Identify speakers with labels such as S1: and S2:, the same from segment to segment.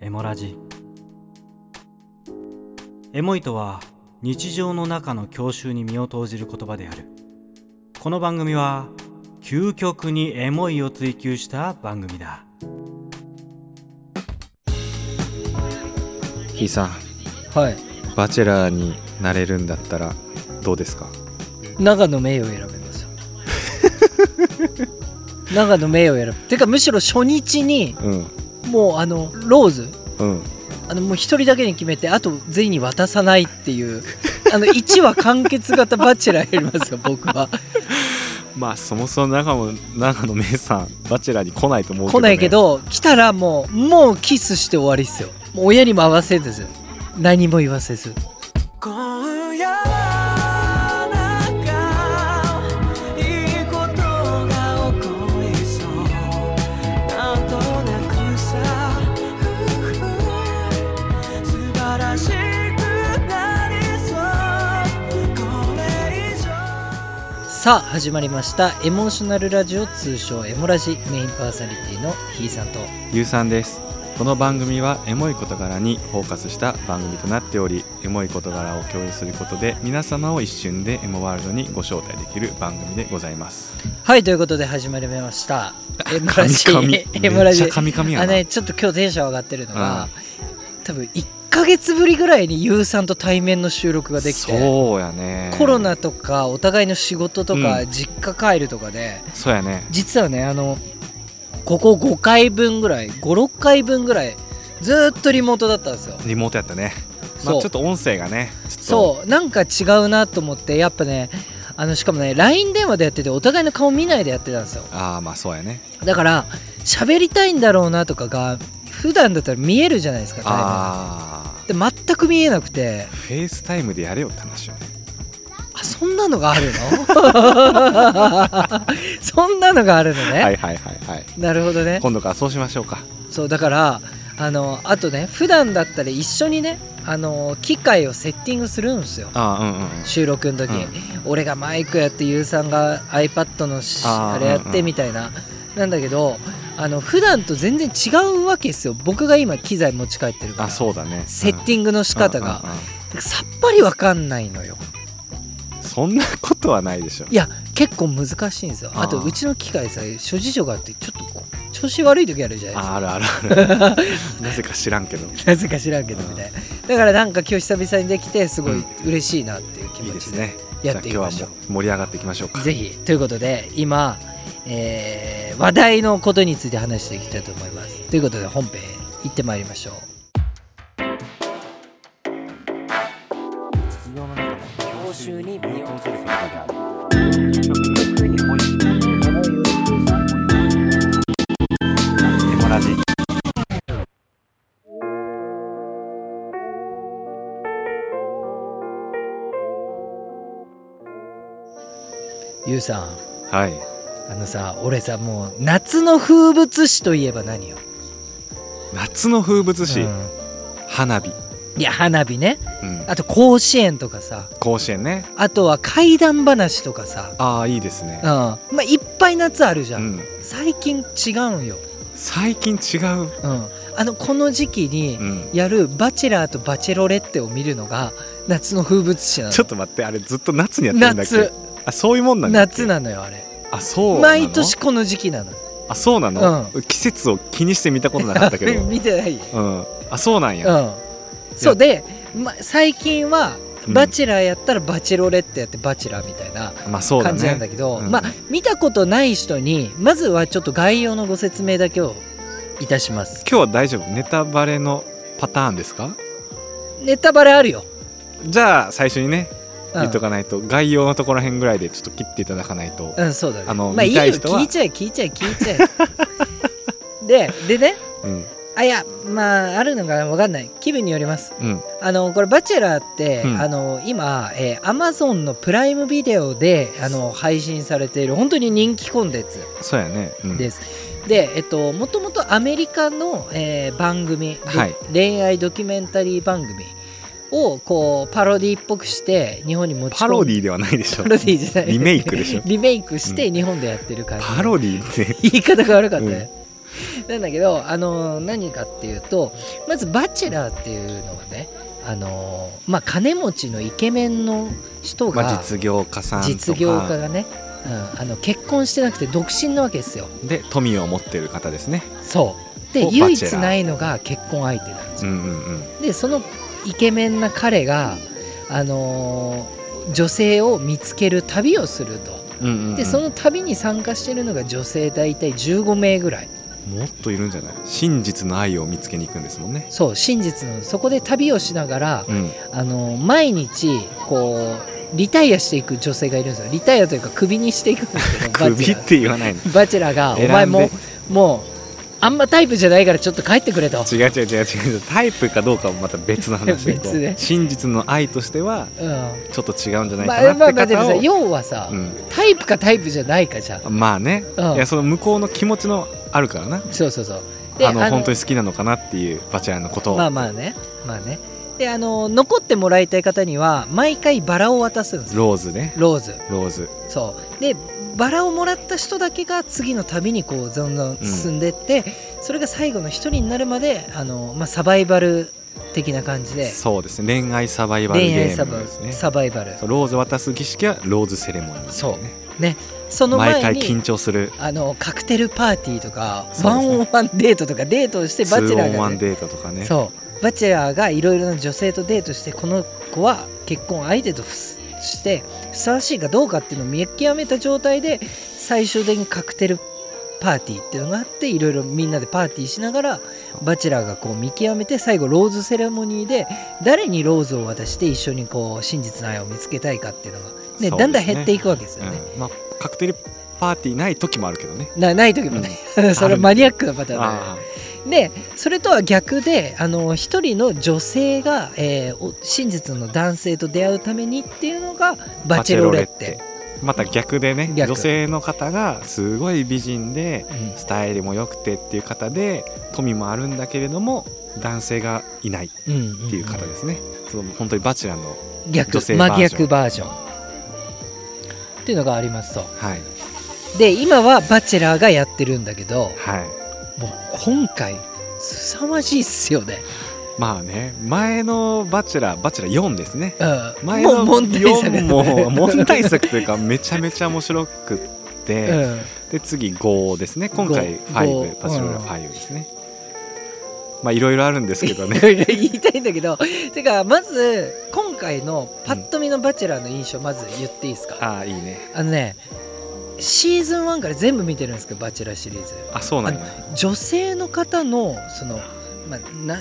S1: エモラジエモいとは日常の中の郷愁に身を投じる言葉であるこの番組は究極にエモいを追求した番組だ
S2: ひいさん
S3: はい
S2: バチェラーになれるんだったらどうですか
S3: 長野名誉を選びますよ 長野名誉を選ぶてかむしろ初日に
S2: うん
S3: もうあのローズ
S2: うん
S3: あのもう一人だけに決めてあと全員に渡さないっていう あの1話完結型バチェラーやりますよ僕は
S2: まあそもそも長野長野めいさんバチェラーに来ないと思うけど、
S3: 来ないけど来たらもうもうキスして終わりっすよもう親にも合わせず何も言わせず
S4: 今夜なんかいいことが起こりそうなんとなくさふうふう素晴らしくなりそうこれ以上
S3: さあ始まりましたエモーショナルラジオ通称エモラジメインパーソナリティのひいさんと
S2: ゆうさんですこの番組はエモい事柄にフォーカスした番組となっておりエモい事柄を共有することで皆様を一瞬でエモワールドにご招待できる番組でございます
S3: はいということで始まりました「エムラ
S2: 神
S3: ジ
S2: 々」
S3: エムラジ
S2: めっちゃ神々や
S3: あ
S2: な、
S3: ねちょっと今日テンション上がってるのが、多分1ヶ月ぶりぐらいに YOU さんと対面の収録ができて
S2: そうやね
S3: コロナとかお互いの仕事とか、
S2: うん
S3: 実家帰るとかで
S2: そうやね
S3: 実はねあのここ5回分ぐらい56回分ぐらいずーっとリモートだったんですよ
S2: リモートやったねまあ
S3: そう
S2: ちょっと音声がねちょっと
S3: そうなんか違うなと思ってやっぱねあのしかもね LINE 電話でやっててお互いの顔見ないでやってたんですよ
S2: ああまあそうやね
S3: だから喋りたいんだろうなとかが普段だったら見えるじゃないですかタイムが
S2: ああ
S3: で全く見えなくて
S2: フェイスタイムでやれよって話よね
S3: あそんなのがある のそんなのがあるのね、
S2: はいはいはいはい
S3: なるほどね
S2: 今度からそうしましょうか
S3: そうだからあのあとね普段だったら一緒にねあの機械をセッティングするんですよ
S2: ああうんうんうん
S3: 収録の時、
S2: うん
S3: 俺がマイクやってゆうさんが iPad のし
S2: あー
S3: あれやっ
S2: うんう
S3: て
S2: ん
S3: みたいな、なんだけどあの普段と全然違うわけですよ僕が今機材持ち帰ってるから
S2: あそうだね
S3: セッテ
S2: ィング
S3: ィングの仕方が、さっぱりわかんないのよ
S2: そんなことはないでしょ
S3: いや結構難しいんですよ
S2: あー
S3: あとうちの機械さ諸事情があってちょっとこう調子悪い時あるじゃないで
S2: あ
S3: すか
S2: ある あるあるなぜか知らんけど
S3: なぜか知らんけどみたいなだからなんか今日久々にできてすご
S2: う
S3: い
S2: ん
S3: 嬉しいなっていう気
S2: いい
S3: 持
S2: で
S3: ち
S2: す
S3: で
S2: ねじゃ
S3: や
S2: あ
S3: って
S2: 今
S3: い
S2: 日
S3: き
S2: は
S3: ましょ
S2: もう
S3: う
S2: 盛り上がっていきましょうか
S3: ぜひということで今、えー話題のことについて話していきたいと思いますということで本編行ってまいりましょう
S2: エモラジ
S3: ゆうさん
S2: はい
S3: あのさ俺さもう夏の風物詩といえば何よ
S2: 夏の風物詩、
S3: うん
S2: 花火、
S3: いや花火ね
S2: うん、
S3: あと甲子園とかさ
S2: 甲子園ね
S3: あとは怪談話とかさ
S2: ああいいです
S3: う
S2: ね
S3: んまあいっぱい夏あるじゃ、
S2: うんん
S3: 最近違うんよ、
S2: 最近違う
S3: うん、あのこの時期に
S2: うん
S3: やる「バチェラー」と「バチェロレッテ」を見るのが夏の風物詩なの
S2: ちょっと待ってあれずっと夏にやってるんだっけ
S3: 夏
S2: あそういうもんなんだっけ
S3: 夏なのよあれ
S2: あそうなの
S3: 毎年この時期なの
S2: あそうなの、季節を気にして見たことなかったけ ど
S3: 見てない
S2: うんあそうなんや、
S3: うんそうで、ま、最近は
S2: うん
S3: バチェラーやったらバチェロレッテやってバチェラーみたいな
S2: まあそうだ
S3: 感じなんだ
S2: ね
S3: けど、
S2: うん
S3: まあ見たことない人にまずはちょっと概要のご説明だけをいたします
S2: 今日は大丈夫ネタバレのパターンですか
S3: ネタバレあるよ、
S2: じゃあ最初にね
S3: うん、
S2: 言っとかないと、概要のところへんぐらいでちょっと切っていただかないと、
S3: うんそうだね
S2: あの
S3: まあいい
S2: 見
S3: よ
S2: たい人は
S3: 聞いちゃえ聞いちゃえ聞いちゃ えででね
S2: うん
S3: あいやまああるのかわかんない気分によります
S2: うん、
S3: あのこれ「バチェラー」って、
S2: うん
S3: あの今、えー、Amazon のプライムビデオであの配信されている本当に人気コンテンツ
S2: そうやね、うん、
S3: です。で、えっと、もともとアメリカの、えー番組、ど
S2: はい
S3: 恋愛ドキュメンタリー番組をこうパロディっぽくして日本に持ち込んで
S2: パロディではないでしょ
S3: パロディじゃない
S2: リ メイクでしょ
S3: リメイクして
S2: う
S3: 日本でやってる感じ、
S2: パロディって
S3: 言い方が悪かったね、なんだけど、あの何かっていうとまず「バチェラー」っていうのはね、あのまあ、金持ちのイケメンの人が、
S2: まあ、実業家さんとか
S3: 実業家がね、うん、あの結婚してなくて独身なわけですよ
S2: で富を持ってる方ですね
S3: そう
S2: おバチェ
S3: で
S2: ラー
S3: 唯一ないのが結婚相手なんです
S2: う
S3: よ、
S2: んうんうん
S3: でそのイケメンな彼が、あの女性を見つける旅をすると
S2: うんうんうん
S3: でその旅に参加してるのが女性大体15名ぐらい
S2: もっといるんじゃない真実の愛を見つけに行くんですもんね
S3: そう真実のそこで旅をしながら、
S2: うん
S3: あの毎日こうリタイアしていく女性がいるんですよリタイアというかクビにしていくんですけ どバ
S2: 首
S3: チェ
S2: っ
S3: ラー
S2: て言わないの
S3: バチェラーが「お前も
S2: 選
S3: うもうあんまタイプじゃないからちょっと帰ってくれ」と。
S2: 違う違う違う違うタイプかどうかもまた別の話
S3: 別ね
S2: 真実の愛としては
S3: うん、
S2: ちょっと違うんじゃない
S3: ま
S2: か
S3: あま
S2: な
S3: あ
S2: っ
S3: ま
S2: て
S3: あでも
S2: 方
S3: さ
S2: を、
S3: 要はさ、
S2: うん
S3: タイプかタイプじゃないかじゃん
S2: まあね、
S3: うん
S2: いやその向こうの気持ちのあるからな
S3: そうそうそう
S2: あの本当に好きなのかなっていうバチェラーのことを、
S3: まあまあねまあねであの残ってもらいたい方には毎回バラを渡すんですよ
S2: ローズね
S3: ローズ
S2: ローズ
S3: そうでバラをもらった人だけが次の旅にこうどんどん進んでって、それが最後の一人になるまであの、まあ、サバイバル的な感じで
S2: そうですね恋愛サバイバル
S3: 恋
S2: ゲ
S3: 愛サ
S2: ー
S3: バ,、
S2: ムですね
S3: サバイバル
S2: そうローズ渡す儀式はローズセレモニーですね、
S3: ねその
S2: 毎
S3: 前
S2: 回
S3: に
S2: 緊張する
S3: あのカクテルパーティーとか、
S2: そ
S3: ワ
S2: うです
S3: ン
S2: ね
S3: オンワンデートとかデートをして
S2: ツ
S3: バチェラ
S2: ーオ
S3: ー
S2: ン
S3: が
S2: ワ
S3: ね、
S2: ンデートとかね
S3: そうバチェラーがいろいろな女性とデートしてこの子は結婚相手とふすしてふさわしいかどうかっていうのを見極めた状態で最終的にカクテルパーティーっていうのがあっていろいろみんなでパーティーしながらバチェラーがこう見極めて最後ローズセレモニーで誰にローズを渡して一緒にこう真実の愛を見つけたいかっていうのが、
S2: そうです
S3: ね
S2: ね
S3: だんだん減っていくわけですよね。
S2: うんまあ、カクテルパーティーない時もあるけどね
S3: なない 時もね、それはマニアックなパターンだよね
S2: あ
S3: でそれとは逆であの一人の女性が、えーお真実の男性と出会うためにっていうのが
S2: あ
S3: バチェロレッテ。
S2: また逆でね
S3: 逆
S2: 女性の方がすごい美人で
S3: うん
S2: スタイルも良くてっていう方で富もあるんだけれども男性がいないっ
S3: うんうん
S2: ていう方ですね、その本当にバチェラーの
S3: 逆
S2: 女性バージョン
S3: 真逆バージョンっていうのがありますと
S2: はい
S3: で今はバチェラーがやってるんだけど
S2: はい
S3: もう今回凄まじいっすよね、
S2: まあね前のバチェラーバチェラー4ですね
S3: うん、
S2: 前
S3: もう
S2: の
S3: 問題作
S2: 4
S3: だね
S2: も問題作というかめちゃめちゃ面白くって、
S3: うん
S2: で次5ですね今回
S3: 5
S2: 5
S3: 5
S2: バチェロレッテ5ですね、まあいろいろあるんですけど
S3: い
S2: ね
S3: ろいろ言いたいんだけどてかまず今回のパッと見の「バチェラー」の印象まず言っていいですか、
S2: ああいいね
S3: あのねシーズン1から全部見てるんですけど「バチェラー」シリーズ
S2: あそうなんや
S3: 女性の方のそのまあな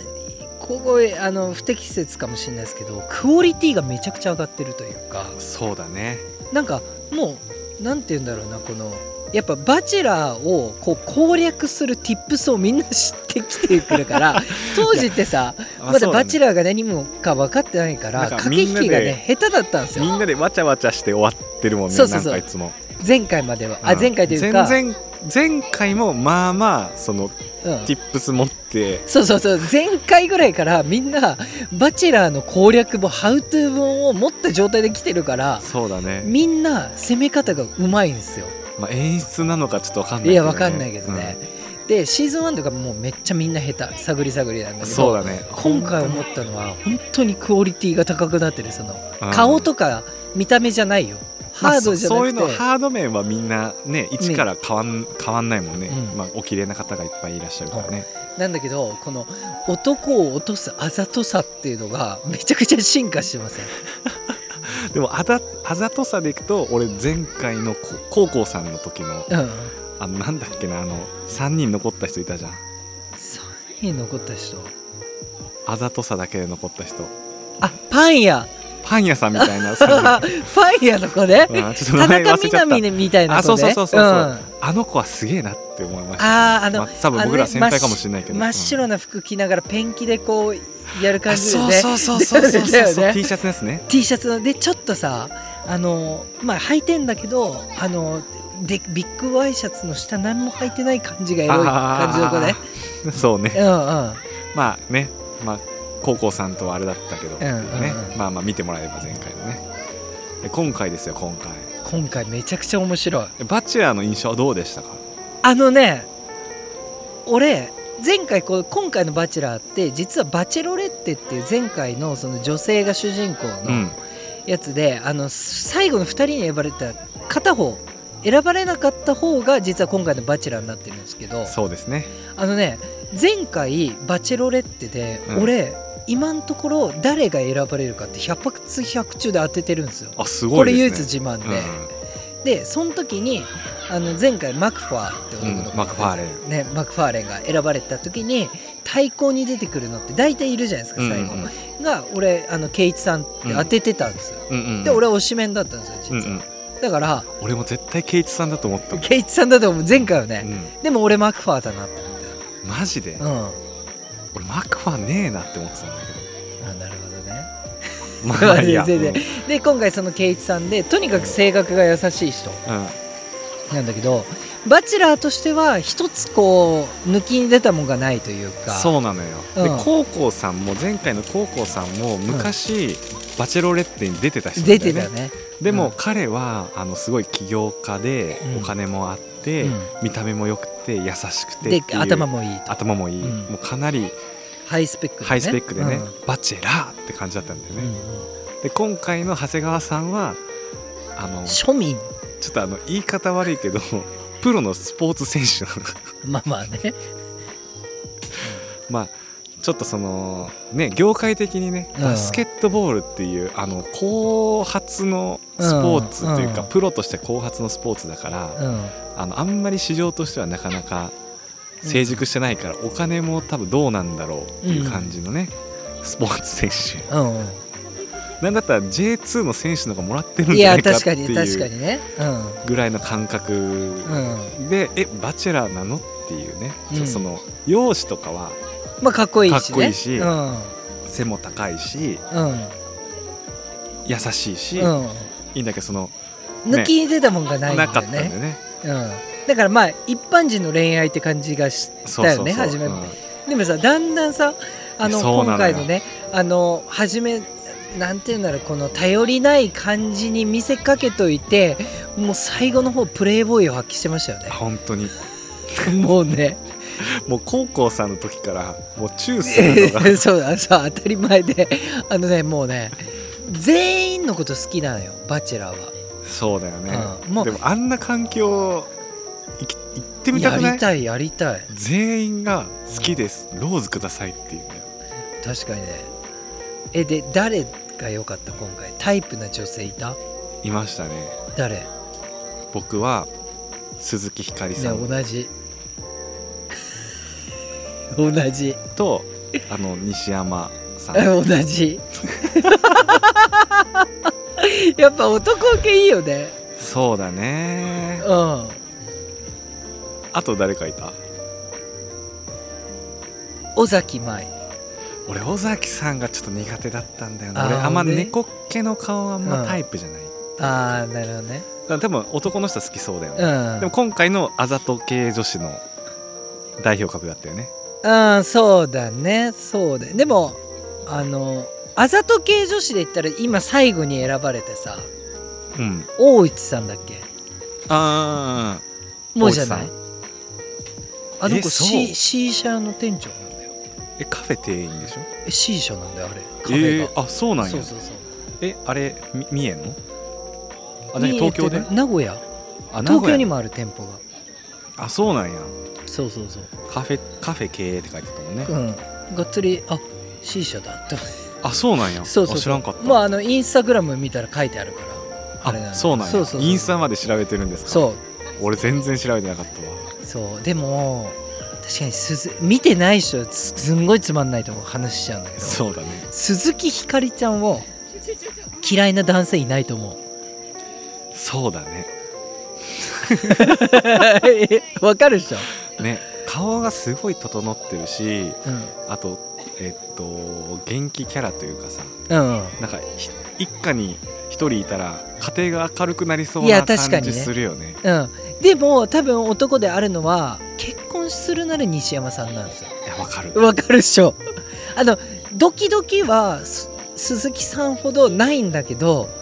S3: ここへあの不適切かもしれないですけどクオリティがめちゃくちゃ上がってるというか
S2: そうだね
S3: なんかもうなんて言うんだろうなこのやっぱ「バチェラー」をこう攻略するティップスをみんな知ってきてくるから 当時ってさ
S2: あそ
S3: まだ「
S2: うだ
S3: バ
S2: ね
S3: チェラー」が何もか分かってないから
S2: なんか
S3: 駆け
S2: みん
S3: 引
S2: なで
S3: きがね下手だったんです
S2: み
S3: よ
S2: んなでわちゃわちゃして終わってるもんね
S3: そうそうそう
S2: なんかいつも、
S3: 前回まではあ
S2: ん
S3: 前回というか
S2: 前々前回もまあまあその
S3: うん
S2: ティップス持って
S3: そうそうそう前回ぐらいからみんな「バチェラー」の攻略もハウトゥー本を持った状態で来てるから
S2: そうだね、
S3: みんな攻め方がうまいんですよ
S2: まあ、演出なのかちょっとわかんないけど、ね、
S3: いやわかんないけどね、でシーズン1とかもうめっちゃみんな下手探り探りなん
S2: う
S3: だ
S2: ん
S3: け
S2: そうだ
S3: ど
S2: ね
S3: 今回思ったのは本当にクオリティが高くなってるその
S2: うん
S3: 顔とか見た目じゃないよハードじゃ
S2: まあそそ
S3: な
S2: うい
S3: く
S2: う
S3: て、
S2: のハード面はみんなね一から変わん変わんないもんね、
S3: うん
S2: まあ、お綺麗な方がいっぱいいらっしゃるからね、
S3: なんだけどこの男を落とすあざとさっていうのがめちゃくちゃ進化してますよ
S2: でもあざあざとさでいくと俺前回のこ高校さんの時の
S3: うん
S2: あのなんだっけなあの3人残った人いたじゃん
S3: 3人残った人
S2: あざとさだけで残った人
S3: あパン屋
S2: パン屋さんみたいなそう
S3: パン屋の子ね
S2: うんちょっと
S3: 田
S2: 名前
S3: 中
S2: 忘れ
S3: み
S2: ちゃ
S3: な
S2: った
S3: みみたいな
S2: あ
S3: 子
S2: そう
S3: ね
S2: そうそうそう、
S3: ん
S2: あの子はすげえなって思いました、
S3: あーあの
S2: ま多分僕ら先輩かもしれないけど、
S3: 真っ白
S2: な
S3: な服着ながらペンキでこうやる感じで
S2: そう
S3: ね
S2: そうそうそうそう
S3: だ
S2: そ
S3: よ
S2: う
S3: ね
S2: そう、T シャツですね
S3: T シャツのでちょっとさあのまあ履いてんだけどあのでビッグワイシャツの下何も履いてない感じがエロい感じの子ね
S2: あーそうね
S3: うんうん
S2: まあねまあ高校さんとはあれだったけど、
S3: うんうんうん
S2: ねまあまあ見てもらえれば前回のねで今回ですよ今回
S3: 今回めちゃくちゃ面白い
S2: バチェラーの印象はどうでしたか
S3: あのね俺前回こう今回の「バチェラー」って実は「バチェロレッテ」っていう前回のその女性が主人公
S2: う
S3: の
S2: ん
S3: やつで、あの最後の2人に選ばれた片方選ばれなかった方が実は今回の「バチェラー」になってるんですけど
S2: そうですね
S3: あのね前回「バチェロレッテで」
S2: うん
S3: 俺今のところ誰が選ばれるかって100発100中で当ててるんですよ。
S2: あす
S3: こ
S2: ご
S3: れ
S2: い
S3: 唯
S2: で
S3: 一
S2: すね
S3: 自慢で、
S2: うん
S3: でその時にあの前回マクファーって男の子、
S2: うんマクファーレン
S3: ね、マクファーレンが選ばれた時に対抗に出てくるのって大体いるじゃないですか
S2: うん
S3: 最後、
S2: うん
S3: が俺あの圭一さんって当ててたんですよ、
S2: うんうん
S3: で俺は推しメンだったんですよ実
S2: うんう
S3: は、
S2: ん
S3: だから
S2: 俺も絶対圭一さんだと思ったもん
S3: 圭一さんだと思う前回はね、
S2: う
S3: でも俺マクファーだなって思っ
S2: んマジで
S3: たうん
S2: 俺マクファねえなって思ってたんだ
S3: あなるほどね
S2: けどまあ いいや
S3: 全然で今回その圭一さんでとにかく性格が優しい人
S2: うんうん
S3: なんだけどバチェラーとしては一つこう抜きに出たもんがないというか
S2: そうなのよ、
S3: うん
S2: で高校さんも前回の高校さんも昔、バチェロレッテに出てた人なん
S3: 出
S2: だよ
S3: て
S2: ね
S3: たね
S2: でも
S3: うん
S2: 彼はあのすごい起業家でお
S3: うん
S2: 金もあって、
S3: うん
S2: 見た目も良くて優しくて
S3: で
S2: っていう
S3: 頭もいいと
S2: 頭もいい、
S3: うん
S2: もうかなり
S3: ハイスペックで、ね、
S2: ハイスペックでね、
S3: うん
S2: バチェラーって感じだったんだよ
S3: う
S2: ね、
S3: ん
S2: で今回の長谷川さんはあのちょ
S3: 庶民
S2: っとあの言い方悪いけど プロのスポーツ選手なの
S3: まあまあね
S2: まあちょっとそのね業界的にね
S3: うん
S2: バスケットボールっていうあの後発のスポーツというか、
S3: うん
S2: プロとして後発のスポーツだから、
S3: うん
S2: あのあんまり市場としてはなかなか成熟してないから、お金も多分どうなんだろうっていう感じのね、スポーツ選手
S3: うん
S2: なんだったら J2 の選手の方がもらって
S3: う
S2: る
S3: ん
S2: ん
S3: い
S2: じゃな
S3: や
S2: いかっ
S3: 確
S2: て
S3: かに確か
S2: いう
S3: にねうん
S2: ぐらいの感覚
S3: うん
S2: で、えバチェラーなのっていうね、
S3: うん
S2: その容姿とかは
S3: まあかっこいいしね
S2: かっこいいし
S3: うんうん
S2: 背も高いし
S3: うん
S2: 優しいし、いいんだけどその
S3: 抜きに出たもんがないんだ
S2: なか
S3: よ
S2: ったんだよ
S3: ね
S2: ね。
S3: うんだからまあ一般人の恋愛って感じがし
S2: そうそうそう
S3: だよね初め
S2: うん
S3: でもさだんだんさあの
S2: そうなのよ
S3: 今回のねあの初めなんていうんだろうこの頼りない感じに見せかけといてもう最後の方プレイボーイを発揮してましたよね
S2: 本当に
S3: もうね
S2: もう高校さんの時からもうチューする のが
S3: そうだそう当たり前であのねもうね全員のこと好きなのよバチェラーは
S2: そうだよね、
S3: うんもう
S2: でもあんな環境いき行ってみた
S3: や
S2: くな
S3: り
S2: い
S3: たいやりたい
S2: 全員が「好きです、ローズください」っていうんだよ
S3: 確かにねえで誰が良かった今回タイプな女性いた
S2: いましたね
S3: 誰ね
S2: 僕は鈴木ひかりさん
S3: 同じ同じ
S2: と、あの西山さん
S3: 同じやっぱ男受けいいよね
S2: そうだね
S3: うん
S2: あと誰かいた
S3: 尾崎舞
S2: 俺尾崎さんがちょっと苦手だったんだよね
S3: あー
S2: 俺あんま
S3: ね
S2: 猫っ気の顔はあん
S3: う
S2: ま
S3: ん
S2: タイプじゃない、
S3: ああなるほどね
S2: だから多分男の人は好きそうだよ
S3: う
S2: ね、
S3: ん
S2: でも今回のあざと系女子の代表格だったよね
S3: うんそうだねそうだでもあのあざと系女子で言ったら今最後に選ばれてさ
S2: うん
S3: 大内さんだっけ
S2: ああ
S3: もうじゃないあの
S2: え
S3: 子
S2: そう
S3: C, C 社の店長なんだよ
S2: えカフェ店員でしょ
S3: え C 社なんだよあれカフェ
S2: え
S3: が、
S2: ー、あそうなんや
S3: そうそうそう
S2: えあれみ三重のあ
S3: 三
S2: 何
S3: 重
S2: 東京
S3: っ
S2: で
S3: ていうか名古屋
S2: あ名
S3: 東
S2: 古
S3: 京
S2: 屋
S3: にもある店舗が
S2: あそうなんや
S3: そうそうそう
S2: カフェカフェ経営って書いてたもんね、
S3: うんがっつりあ C 社だって思って
S2: あそうなんや
S3: そうそうそう
S2: あ知らんかった、
S3: まああのインスタグラム見たら書いてあるからあれなん
S2: あ
S3: だ
S2: そうなんや
S3: そうそうそう
S2: インスタまで調べてるんですか
S3: そう
S2: 俺全然調べてなかったわ
S3: そうでも確かに鈴見てない人はすすんごいつまんないと思う話しちゃうんだけど
S2: そうだね
S3: 鈴木ひかりちゃ んを嫌いな男性いないと思う
S2: そうだね
S3: えわかるでしょ、
S2: ね顔がすごい整ってるし
S3: うん、
S2: あとえっと元気キャラというかさ
S3: うんうん
S2: なんかひ一家に一人いたら家庭が明るくなりそう
S3: いや
S2: な
S3: 確か
S2: 感
S3: に
S2: じ
S3: ね
S2: するよね
S3: うんでも多分男であるのは結婚するなら西山さんなんですよ
S2: いやわかる
S3: わかるっしょあのドキドキはす鈴木さんほどないんだけど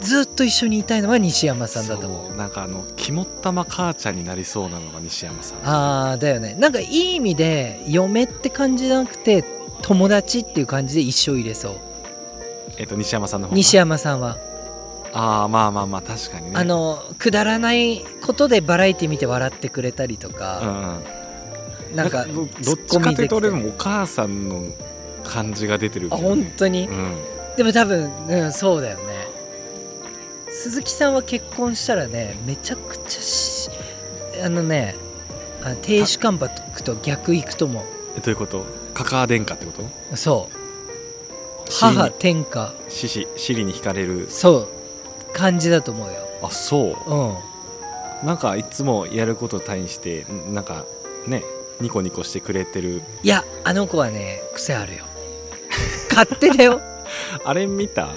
S3: ずっと一緒にいたいのは西山さんだと思う
S2: そうなんかあの肝っ玉母ちゃんになりそうなのが西山さん
S3: ああだよねなんかいい意味で嫁って感じじゃなくて友達っていう感じで一生入れそう
S2: えっと西山さんの方が
S3: 西山さんは、
S2: ああまあまあまあ確かにね
S3: あのくだらないことでバラエティ見て笑ってくれたりと
S2: う
S3: か、
S2: んうん
S3: なんか
S2: ど
S3: ツ
S2: どっ
S3: ッコ
S2: ちか
S3: ミ
S2: とい
S3: で
S2: うと
S3: きて
S2: 俺もお母さんの感じが出てる
S3: あ
S2: けど
S3: 本
S2: ね
S3: 当に、
S2: うん
S3: でも多分、うん、そうだよね鈴木さんは結婚したらねめちゃくちゃしあのねあ亭主関白と逆行くとも
S2: えどういうことカカア殿下ってこと
S3: そう
S2: シリに
S3: 母天下
S2: シシシリに惹かれる
S3: そう感じだと思うよ
S2: あそう
S3: うん
S2: なんかいつもやることに対してんなんかねニコニコしてくれてる
S3: いやあの子はね癖あるよ勝手だよ
S2: あれ見た
S3: ん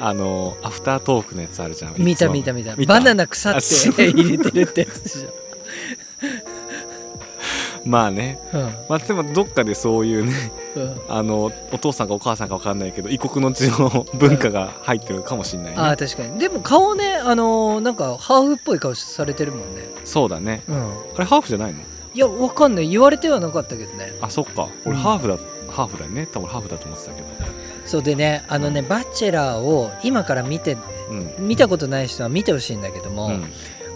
S2: あのアフタートークのやつあるじゃん
S3: 見た
S2: いつも
S3: 見た見た
S2: 見た
S3: バナナ腐
S2: あす
S3: っ
S2: ご
S3: て
S2: い
S3: 入れてるってやつでし ょ、
S2: まあね
S3: うん
S2: まあでもどっかでそういうね
S3: うん、
S2: あのお父さんかお母さんか分かんないけど異国の地の 文化が入ってるかもしんない
S3: あ
S2: ね
S3: ー確かにでも顔ねあのーなんかハーフっぽい顔されてるもんね
S2: そうだね
S3: うん
S2: あれハーフじゃないの
S3: いやわかんない言われてはなかったけどね
S2: あそっか
S3: う
S2: 俺
S3: ん
S2: ハーフだ、ハーフだよね多分ハーフだと思ってたけど
S3: そうでねあのね「バチェラー」を今から見て
S2: うん
S3: 見たことない人は見てほしいんだけども、
S2: うん、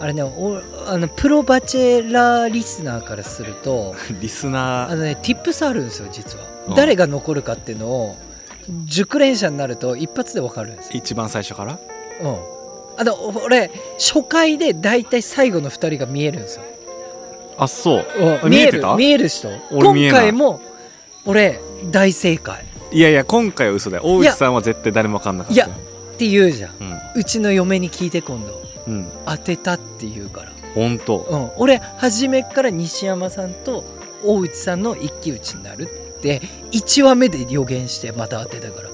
S3: あれねおあのプロバチェラーリスナーからすると
S2: リスナ
S3: あ
S2: ー
S3: のね tips あるんですよ実は、
S2: うん
S3: 誰が残るかっていうのを熟練者になると一発でわかるんですよ、
S2: 一番最初から
S3: うん、あのお俺初回で大体最後の2人が見えるんですよ
S2: あそう
S3: うん
S2: 見
S3: 見
S2: え
S3: え
S2: て
S3: る
S2: た
S3: 見える人
S2: 俺見え
S3: 今
S2: ない
S3: 回も俺大正解
S2: いやいや今回は嘘だよ大内さんは絶対誰も分かんなかったよ
S3: いやって言うじゃん
S2: うん
S3: うちの嫁に聞いて今度
S2: うん
S3: 当てたって言うから、
S2: 本当
S3: うん、俺初めから西山さんと大内さんの一騎打ちになるって1話目で予言してまた当てたから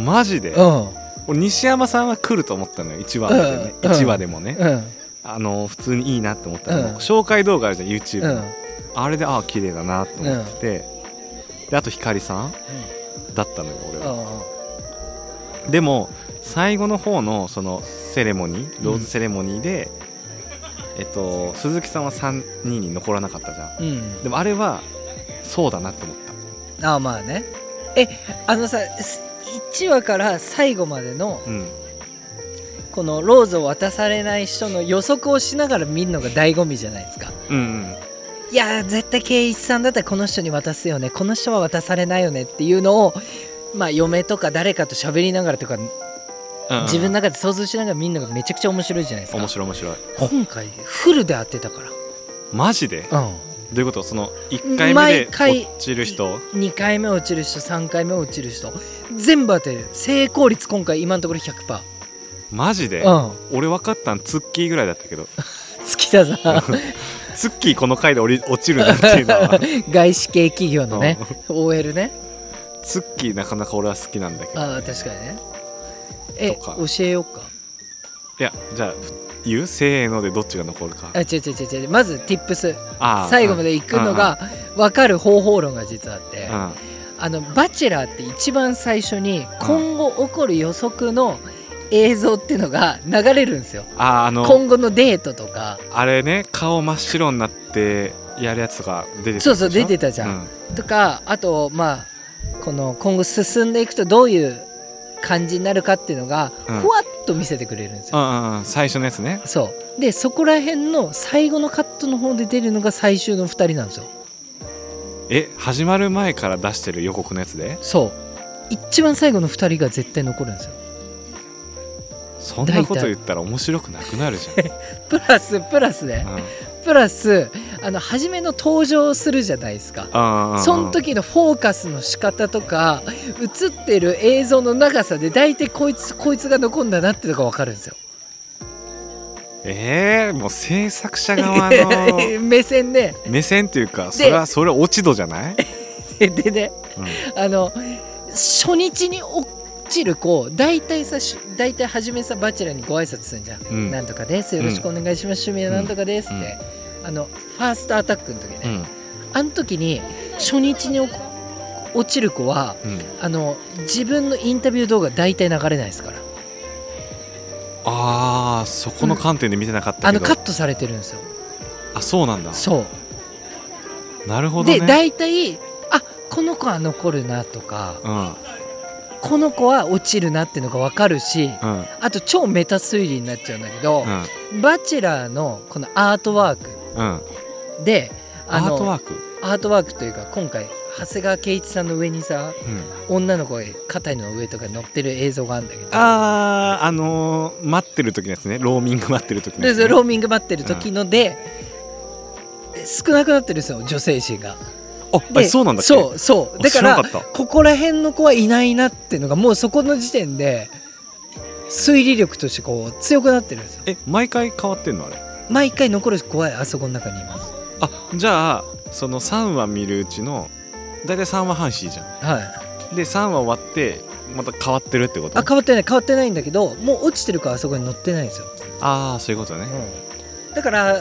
S2: マジで
S3: うん
S2: 俺西山さんは来ると思ったのよ1話でね、
S3: うん
S2: 1話でもね、
S3: うん
S2: あの普通にいいなって思ったの、
S3: うん
S2: 紹介動画あるじゃん YouTube
S3: う
S2: の、
S3: ん
S2: あれでああ綺麗だなと思ってて、であと光さんだったのよ俺は、でも最後の方のそのセレモニーローズセレモニーで、えっと鈴木さんは3人に残らなかったじゃん
S3: うん、
S2: でもあれはそうだなって思った
S3: うん、ああまあねえあのさ1話から最後までの
S2: うん
S3: このローズを渡されない人の予測をしながら見るのが醍醐味じゃないですか
S2: うん
S3: いやー絶対圭一さんだったらこの人に渡すよねこの人は渡されないよねっていうのをまあ嫁とか誰かと喋りながらとか
S2: うん
S3: 自分の中で想像しながら見るのがめちゃくちゃ面白いじゃないですか
S2: 面白い面白い
S3: 今回フルで当てたか
S2: マジで
S3: ら、
S2: どういうことその1回目で
S3: 毎回
S2: 落ちる人
S3: うん、2回目落ちる人3回目落ちる人全部当てる成功率今回今のところ100%
S2: マジで、
S3: うん
S2: 俺分かったんツッキーぐらいだったけど
S3: 月田さ
S2: ツッキーこの回で降り落ちるなっていうの は
S3: ん外資系企業のね OL ね
S2: ツッキーなかなか俺は好きなんだけど
S3: ああ確かにねえ
S2: とか
S3: 教えようか
S2: いやじゃあ言うせーのでどっちが残るか
S3: あ違う違う違う違うまず Tips
S2: あー
S3: 最後まで行くのが分かる方法論が実はあって
S2: うんうん
S3: あの「バチェラー」って一番最初に今後起こる予測の映像っていうのが流れるんですよ
S2: あーあの
S3: 今後のデートとか
S2: あれね顔真っ白になってやるやつが出てたでし
S3: そ
S2: ょ
S3: うそう出てたじゃん、とかあとまあこの今後進んでいくとどういう感じになるかっていうのが
S2: うん
S3: ふわっと見せてくれるんです
S2: う
S3: よ、
S2: んうんうん最初のやつね
S3: そうでそこら辺の最後のカットの方で出るのが最終の2人なんですよ
S2: え始まる前から出してる予告のやつで
S3: そう一番最後の2人が絶対残るんですよ
S2: そんなこと言ったら面白くなくなるじ
S3: プラスプラスね
S2: ゃん、うん
S3: プラスあの初めの登場するじゃないですか
S2: あー
S3: その時のフォーカスの仕方とか映ってる映像の長さで大体こいつこいつが残んだなってのが分かるんですよ
S2: えー、もう制作者 側の
S3: 目線 で
S2: 目線っていうかそれはそれは落ち度じゃない、
S3: ででね
S2: うん
S3: あの初日に落ちる子大体さし大体初めさバチェラーにご挨拶するんじゃん、
S2: うん
S3: なんとかですよろしくお願いします、趣味はなんとかですって、あのファーストアタックの時ね、
S2: うん
S3: あの時に初日にお落ちる子は
S2: うん、
S3: あの自分のインタビュー動画大体流れないですから
S2: ああそこの観点で見てなかったけど、
S3: あのカットされてるんですよ
S2: あそうなんだ
S3: そ
S2: なるほ
S3: う
S2: どね
S3: で大体あこの子は残るなとか
S2: うん
S3: この子は落ちるなっていうのが分かるし
S2: うん
S3: あと超メタ推理になっちゃうんだけど、バチェラーのこのアートワーク
S2: うんうん
S3: であ
S2: ア
S3: の
S2: ートワーク
S3: アートワークというか今回長谷川圭一さんの上にさ
S2: うん
S3: 女の子が肩の上とかに乗ってる映像があるんだけど
S2: あーあのー待ってる時のやつねローミング待ってる時の
S3: で
S2: やつ、
S3: それ
S2: ね、
S3: ローミング待ってる時ので、少なくなってるんですよ女性誌が。
S2: あ
S3: で
S2: あそうなんだっけ
S3: そうそう
S2: あ
S3: だか
S2: 知
S3: ら
S2: らなかった
S3: ここら辺の子はいないなっていうのがもうそこの時点で推理力としてこう強くなってるんですよ
S2: え毎回変わってんのあれ
S3: 毎回残る子はあそこの中にいます
S2: あじゃあその3話見るうちの大体3話半紙じゃ
S3: はい
S2: んで3話終わってまた変わってるってこと
S3: あ変わってない変わってないんだけどもう落ちてる子はあそこに乗ってないんですよ、
S2: あーそういうことね
S3: だからあ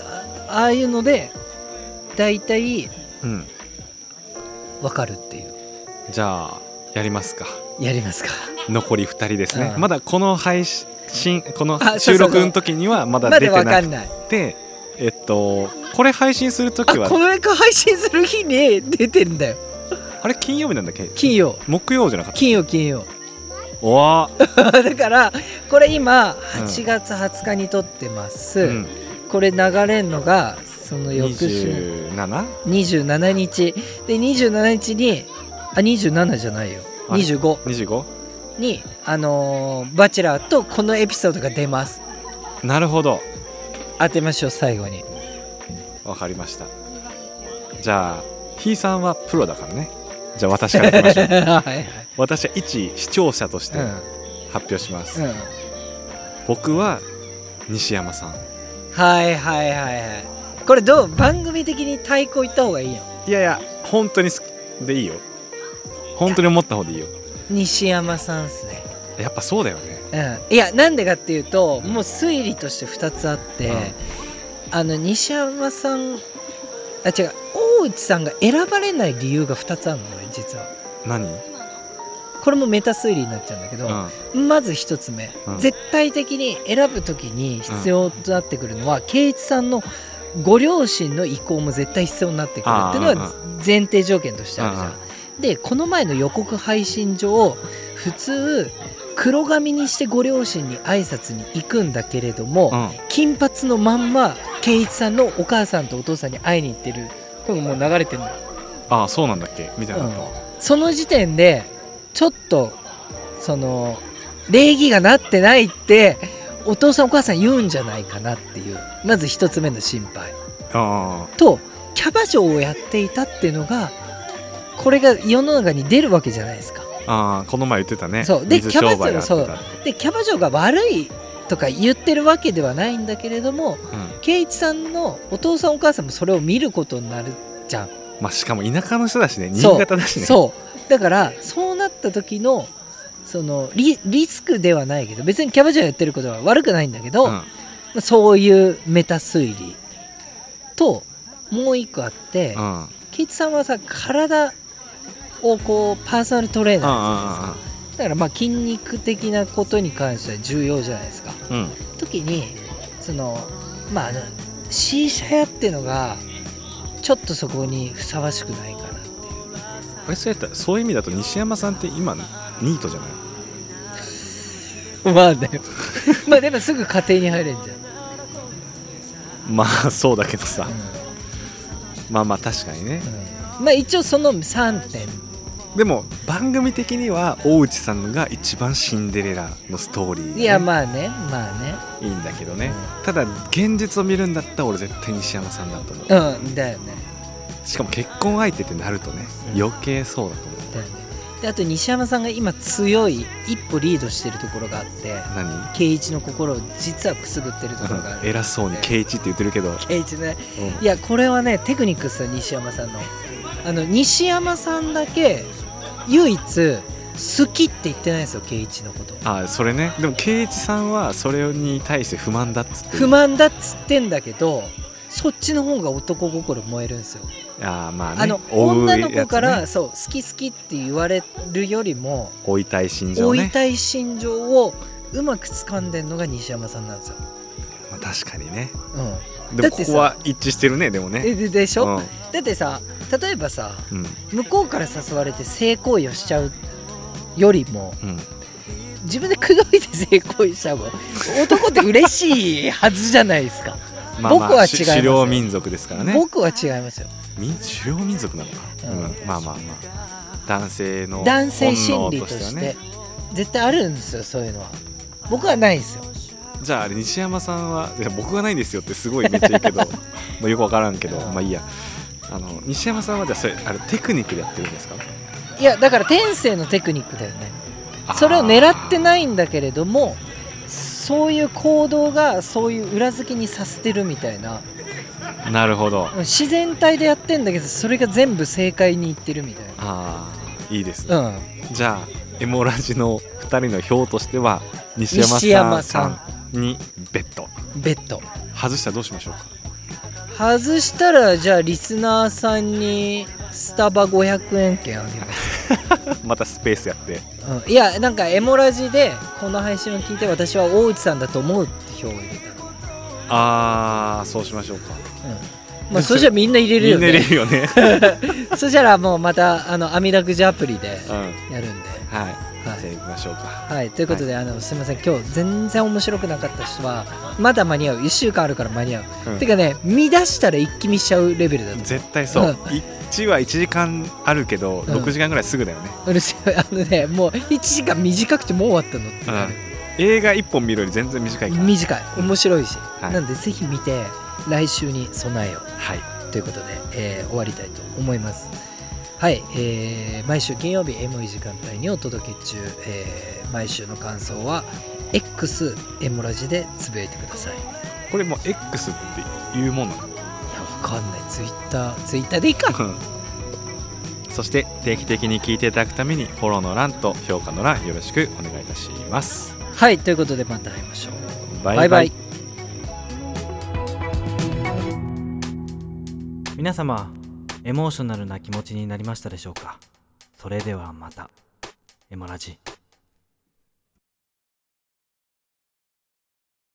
S3: ああいうので大体
S2: うん
S3: わかるっていう
S2: じゃあやりますか
S3: やりますか
S2: 残り2人ですね
S3: うん
S2: まだこの配信この
S3: あそうそう
S2: 収
S3: そう
S2: 録の時にはまだ
S3: ま
S2: 出
S3: だ
S2: て
S3: わか
S2: なんく
S3: ない
S2: てえっとこれ配信する
S3: あ
S2: 時は
S3: この映画配信する日に 出てんだよ
S2: あれ金曜日なんだっけ
S3: 金曜
S2: 木曜じゃなかった
S3: 金曜金曜
S2: おわ
S3: だからこれ今
S2: うん
S3: 8月20日に撮ってます、
S2: うん
S3: これ流れんのがその翌週
S2: 27?
S3: 27日で27日にあ27じゃないよ
S2: あれ
S3: 25
S2: 25?
S3: にあのーバチェラー」とこのエピソードが出ます
S2: なるほど
S3: 当てましょう最後に
S2: わかりましたじゃあひいさんはプロだからねじゃあ私からいきましょ う
S3: はいはい
S2: 私は一視聴者として
S3: うん
S2: 発表します、
S3: うん
S2: 僕は西山さん
S3: はいはいはいはいこれどう番組的に太鼓行った方がいいよ
S2: いやいや本当に好きでいいよ本当に思った方でいいよ
S3: 西山さんっすね
S2: やっぱそうだよね
S3: うん、いやなんでかっていうともう推理として2つあって、
S2: うん
S3: あの西山さんあ違う大内さんが選ばれない理由が2つあるの俺実は
S2: 何うん
S3: これもメタ推理になっちゃうんだけど、
S2: あ
S3: まず1つ目、
S2: うん
S3: 絶対的に選ぶ時に必要となってくるのは圭一さんのご両親の意向も絶対必要になってくるっていうのは
S2: あ
S3: 前提条件としてあるじゃ
S2: うん
S3: ん。でこの前の予告配信上普通黒髪にしてご両親に挨拶に行くんだけれども、
S2: うん
S3: 金髪のまんま圭一さんのお母さんとお父さんに会いに行ってるこれもう流れてるのよ
S2: ああそうなんだっけみたいなのと、
S3: その時点でちょっとその礼儀がなってないってお父さんお母さん言うんじゃないかなっていうまず一つ目の心配
S2: ああ
S3: とキャバ嬢をやっていたっていうのがこれが世の中に出るわけじゃないですか。
S2: ああこの前言ってたね
S3: そうで
S2: 水商売やってた
S3: キャバ嬢でキャバ嬢が悪いとか言ってるわけではないんだけれど
S2: う
S3: も
S2: ん
S3: 圭一さんのお父さんお母さんもそれを見ることになるじゃん。
S2: まあしかも田舎の人だしね新
S3: そう
S2: 潟だしね
S3: そうだからそうなった時のそのリリスクではないけど別にキャバ嬢やってることは悪くないんだけど、
S2: うん
S3: まあそういうメタ推理ともう一個あって
S2: うん
S3: 圭一、さんはさ体をこうパーソナルトレー
S2: うんう
S3: ナーじゃないで
S2: ん
S3: すかだからまあ筋肉的なことに関しては重要じゃないですか。
S2: うんうん
S3: 時にそのまああの C 社屋っていうのがちょっとそこにふさわしくないかなっていう。
S2: あれそうやったらそういう意味だと西山さんって今ニートじゃない
S3: まあねまあでもすぐ家庭に入れんじゃん、
S2: まあそうだけどさ まあまあ確かにね
S3: うんまあ一応その3点
S2: でも番組的には大内さんが一番シンデレラのストーリーがね、
S3: いやまあねまあね
S2: いいんだけどねただ現実を見るんだったら俺絶対西山さんだと思う
S3: うんだよね
S2: しかも結婚相手ってなるとね
S3: うん
S2: 余計そうだと思う
S3: だよねであと西山さんが今強い一歩リードしてるところがあって
S2: 何
S3: 圭一の心を実はくすぐってるところがある
S2: 偉そうに圭一って言ってるけど、
S3: 圭一ね
S2: うん
S3: いやこれはねテクニックっすよ西山さんのあの西山さんだけ唯一好きって言ってないんですよ圭一のこと
S2: あそれねでも圭一さんはそれに対して不満だっつってる
S3: 不満だっつってんだけどそっちの方が男心燃えるんですよ、
S2: あーまあね
S3: あの
S2: 追う
S3: 女の子か
S2: やつ
S3: ら、
S2: ね
S3: そう好き好きって言われるよりも
S2: 追いたい心情
S3: 追い
S2: ね
S3: たい心情をうまく掴んでんのが西山さんなんですよ、
S2: まあ確かにね
S3: うん、だ
S2: で
S3: っ
S2: も
S3: て
S2: こ
S3: さ
S2: こは一致してるねでも
S3: で
S2: ね
S3: ででしょ、
S2: うん
S3: だってさ例えばさ
S2: うん
S3: 向こうから誘われて性行為をしちゃうよりも
S2: うん
S3: 自分で口説いて性行為しちゃうもん男って嬉しいはずじゃないで すか、
S2: まあまあ
S3: 僕は違います
S2: し狩猟民族ですからね
S3: 僕は違いますよ
S2: 民狩猟民族なのかな、
S3: うん
S2: うんまあまあまあ男性の
S3: 男性心理と
S2: 本能
S3: し
S2: はね
S3: て絶対あるんですよそういうのは僕はないですよ
S2: じゃああれ西山さんはいや僕がないんですよってすごいめっちゃ言う けどまあよくわからんけどまあいいやあの西山さんはじゃあそれあれテクニックでやってるんですか
S3: いやだから天性のテクニックだよねそれを狙ってないんだけれどもそういう行動がそういう裏付けにさせてるみたいな
S2: あーなるほど
S3: 自然体でやってんだけどそれが全部正解にいってるみたい
S2: ああいいですね、
S3: なうん
S2: じゃあエモラジの2人の票としては西山さん
S3: 西山さん
S2: にベッド
S3: ベッド
S2: 外したらどうしましょうか
S3: 外したらじゃあリスナーさんにスタバ500円券あげます、
S2: またスペースやって
S3: うん、いやなんかエモラジでこの配信を聞いて私は大内さんだと思うって票を入れたの
S2: ああそうしましょうか
S3: うんまあそれじゃみんな入れる
S2: み
S3: よ
S2: んな入れ
S3: ね
S2: るよね
S3: そしたらもうまたあの網だくじアプリで
S2: うんはい
S3: やるんではい
S2: じゃあ行きましょうか
S3: はい、ということで、あのすみません今日全然面白くなかった人はまだ間に合う1週間あるから間に合う、
S2: うん
S3: てかね見出したら一気見しちゃうレベルだと
S2: 絶対そう
S3: うん
S2: 1は1時間あるけど
S3: うん
S2: 6時間ぐらいすぐだよね
S3: うるせえあのねもう1時間短くてもう終わったのってなる、
S2: 映画1本見るより全然短いから
S3: 短い面白いし、
S2: はい
S3: なんでぜひ見て来週に備えよ
S2: はい、
S3: うということで、えー終わりたいと思いますはい、えー毎週金曜日エモい時間帯にお届け中、えー毎週の感想は X エモラジでつぶやいてください
S2: これもう X っていうもんなの
S3: いやわかんないツイッターツイッターでいいか
S2: そして定期的に聞いていただくためにフォローの欄と評価の欄よろしくお願いいたします
S3: はいということでまた会いましょう
S2: バ
S3: バイバイ
S1: 皆様エモーショナルな気持ちになりましたでしょうかそれではまたエモラジ